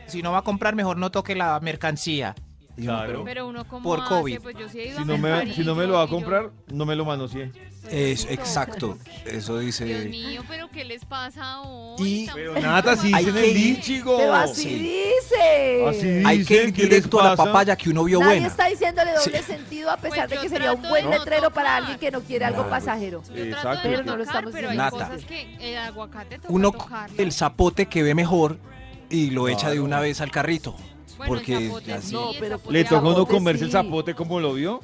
Speaker 8: si no va a comprar, mejor no toque la mercancía.
Speaker 3: Y uno,
Speaker 2: Claro.
Speaker 4: Pero uno como
Speaker 3: Por
Speaker 4: hace,
Speaker 3: COVID.
Speaker 4: pues yo sí he ido
Speaker 2: Si
Speaker 4: a
Speaker 2: no me,
Speaker 4: mercar
Speaker 2: si
Speaker 4: y
Speaker 2: no me
Speaker 4: yo-
Speaker 2: lo va
Speaker 4: y
Speaker 2: a
Speaker 4: yo-
Speaker 2: comprar, no me lo manoseé.
Speaker 3: Es, exacto, eso
Speaker 4: Dios
Speaker 3: dice.
Speaker 4: mío, pero ¿qué les pasa hoy?
Speaker 3: Y-
Speaker 4: Tan
Speaker 2: Pero
Speaker 4: poco
Speaker 2: Nata, sí
Speaker 3: Hay
Speaker 2: dicen
Speaker 4: aguante.
Speaker 3: que
Speaker 2: el
Speaker 3: ir.
Speaker 2: lichigo.
Speaker 5: Pero así
Speaker 3: Oh, Sí.
Speaker 5: dice.
Speaker 2: Así
Speaker 3: Hay que ir
Speaker 2: dicen, ¿qué les
Speaker 3: directo a la
Speaker 2: pasa?
Speaker 3: papaya que uno vio
Speaker 5: Nadie
Speaker 3: buena.
Speaker 5: está diciéndole doble
Speaker 3: Sí.
Speaker 5: sentido a pesar
Speaker 4: Pues
Speaker 5: de
Speaker 4: yo
Speaker 5: que sería un
Speaker 4: trato
Speaker 5: buen
Speaker 4: de no
Speaker 5: letrero para
Speaker 4: tocar.
Speaker 5: alguien que no quiere
Speaker 3: No,
Speaker 5: algo
Speaker 3: pues.
Speaker 5: pasajero.
Speaker 4: Yo trato
Speaker 2: Exacto.
Speaker 4: de
Speaker 5: Pero no lo estamos
Speaker 4: pero hay
Speaker 3: diciendo.
Speaker 4: cosas
Speaker 3: Nata.
Speaker 4: que el aguacate toca
Speaker 3: Uno
Speaker 4: tocarlo.
Speaker 3: el zapote que ve mejor y lo echa de una vez al carrito.
Speaker 4: Bueno, el
Speaker 3: Porque
Speaker 4: zapote
Speaker 3: así-
Speaker 4: sí,
Speaker 5: No,
Speaker 4: el
Speaker 5: pero-
Speaker 4: zapote
Speaker 2: Le tocó uno
Speaker 5: Zapote,
Speaker 2: comerse el
Speaker 5: sí.
Speaker 2: zapote como lo vio.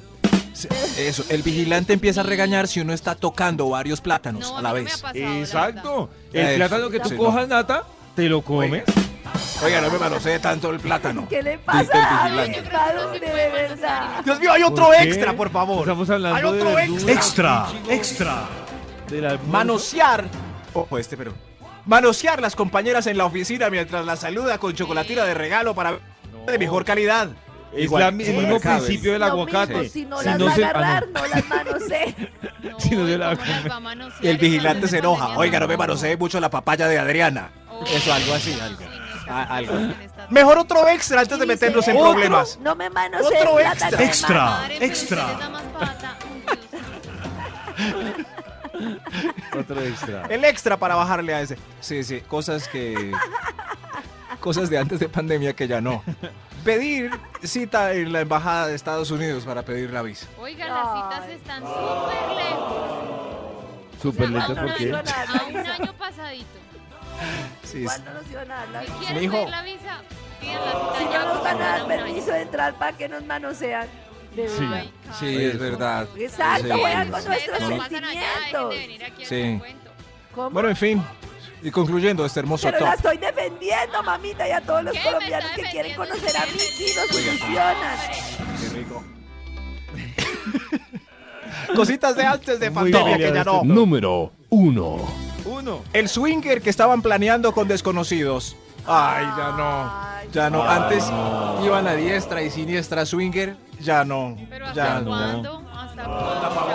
Speaker 3: Se- Eso, el vigilante empieza a regañar si uno está tocando varios plátanos
Speaker 4: No,
Speaker 3: a
Speaker 4: mí
Speaker 3: la
Speaker 4: no me ha
Speaker 3: vez.
Speaker 4: pasado, la verdad.
Speaker 2: Exacto.
Speaker 3: Eso,
Speaker 2: El plátano que tú
Speaker 3: sí, no.
Speaker 2: cojas, Nata, te lo comes.
Speaker 3: Oiga, no me manosee tanto el plátano.
Speaker 5: ¿Qué le
Speaker 3: Del- del
Speaker 5: pasa a
Speaker 3: vigilante.
Speaker 5: mi padre, de verdad?
Speaker 3: Dios mío, hay otro
Speaker 2: ¿Por qué?
Speaker 3: extra, por favor.
Speaker 2: Estamos hablando de
Speaker 3: otro
Speaker 2: verduras,
Speaker 6: Extra, extra.
Speaker 2: del almuerzo.
Speaker 3: Manosear. Ojo este, pero. Manosear las compañeras en la oficina mientras las saluda con chocolatina de regalo para ver de mejor calidad.
Speaker 2: Es
Speaker 3: Igual,
Speaker 2: la mi- el mismo
Speaker 3: supermercado,
Speaker 2: principio del
Speaker 5: Lo
Speaker 2: aguacate.
Speaker 5: mismo, si no las va a
Speaker 2: se- ah, no.
Speaker 5: agarrar, no las manosee.
Speaker 4: No,
Speaker 2: Si no se
Speaker 4: ¿y
Speaker 2: la
Speaker 4: cómo las
Speaker 2: come.
Speaker 4: va a manosear?
Speaker 3: El vigilante
Speaker 4: Entonces,
Speaker 3: se enoja.
Speaker 4: pandemia
Speaker 3: Oiga, no me
Speaker 4: tampoco.
Speaker 3: manosee mucho la papaya de Adriana.
Speaker 4: Oh,
Speaker 3: Eso, algo así,
Speaker 4: no,
Speaker 3: algo.
Speaker 4: sí, no, es que
Speaker 3: Ah, algo.
Speaker 4: en esta-
Speaker 3: Mejor otro extra antes de
Speaker 5: Dice,
Speaker 3: meternos en
Speaker 5: "Otro,
Speaker 3: problemas.
Speaker 5: No me manosee
Speaker 3: Otro
Speaker 5: el plátano, me
Speaker 6: extra.
Speaker 5: manosee".
Speaker 4: Madre, pero
Speaker 6: Extra.
Speaker 4: usted les da más pata. Uy, Dios.
Speaker 2: Otro extra.
Speaker 3: El extra para bajarle a ese. Sí, sí, cosas que. Cosas de antes de pandemia que ya no. Pedir cita en la embajada de Estados Unidos para pedir la visa.
Speaker 4: Oiga, las citas
Speaker 5: Ay.
Speaker 4: están súper lejos.
Speaker 2: Súper lenta,
Speaker 5: no, no,
Speaker 2: ¿por
Speaker 5: no,
Speaker 2: Pues, qué?
Speaker 5: no, no.
Speaker 4: A un año pasadito.
Speaker 3: Sí, sí.
Speaker 5: ¿Cuándo nos iban a dar la
Speaker 4: Si
Speaker 5: visa?
Speaker 4: quieren
Speaker 3: Mijo.
Speaker 4: pedir la visa, pidan la cita
Speaker 5: Si
Speaker 4: ya,
Speaker 5: no nos van a
Speaker 4: a
Speaker 5: dar
Speaker 4: un año.
Speaker 5: permiso de entrar para que nos manosean. De
Speaker 2: Sí.
Speaker 5: verdad.
Speaker 4: Ay,
Speaker 3: Sí,
Speaker 4: Carlos,
Speaker 3: es verdad.
Speaker 5: Exacto,
Speaker 3: Sí,
Speaker 5: juegan
Speaker 3: sí,
Speaker 5: con
Speaker 3: sí.
Speaker 5: nuestros
Speaker 4: Ustedes
Speaker 3: No,
Speaker 4: se
Speaker 3: no.
Speaker 4: pasan allá, dejen de
Speaker 5: sentimientos.
Speaker 4: venir aquí a
Speaker 3: Sí.
Speaker 4: hacer cuento.
Speaker 5: ¿Cómo?
Speaker 3: Bueno, en fin. Y concluyendo este hermoso
Speaker 5: Pero
Speaker 3: top.
Speaker 5: la estoy defendiendo, mamita, y a todos los
Speaker 4: ¿Qué? Me
Speaker 5: colombianos
Speaker 4: está
Speaker 5: que quieren
Speaker 4: defendiendo,
Speaker 5: conocer a
Speaker 4: está
Speaker 5: mis y
Speaker 4: defendiendo.
Speaker 5: nos
Speaker 3: Oiga.
Speaker 5: ilusionan.
Speaker 3: Qué rico. Cositas de antes de
Speaker 2: Muy
Speaker 3: pandemia que
Speaker 2: bien,
Speaker 3: ya
Speaker 2: este
Speaker 3: no.
Speaker 9: Número 1.
Speaker 2: Uno.
Speaker 3: El swinger que estaban planeando con desconocidos. Ay, ya
Speaker 5: Ay,
Speaker 3: no. Ya no. Antes iban a diestra y siniestra swinger. Ya no.
Speaker 4: Pero
Speaker 3: Ya
Speaker 4: ¿hasta
Speaker 3: no.
Speaker 4: cuándo? ¿Hasta cuándo?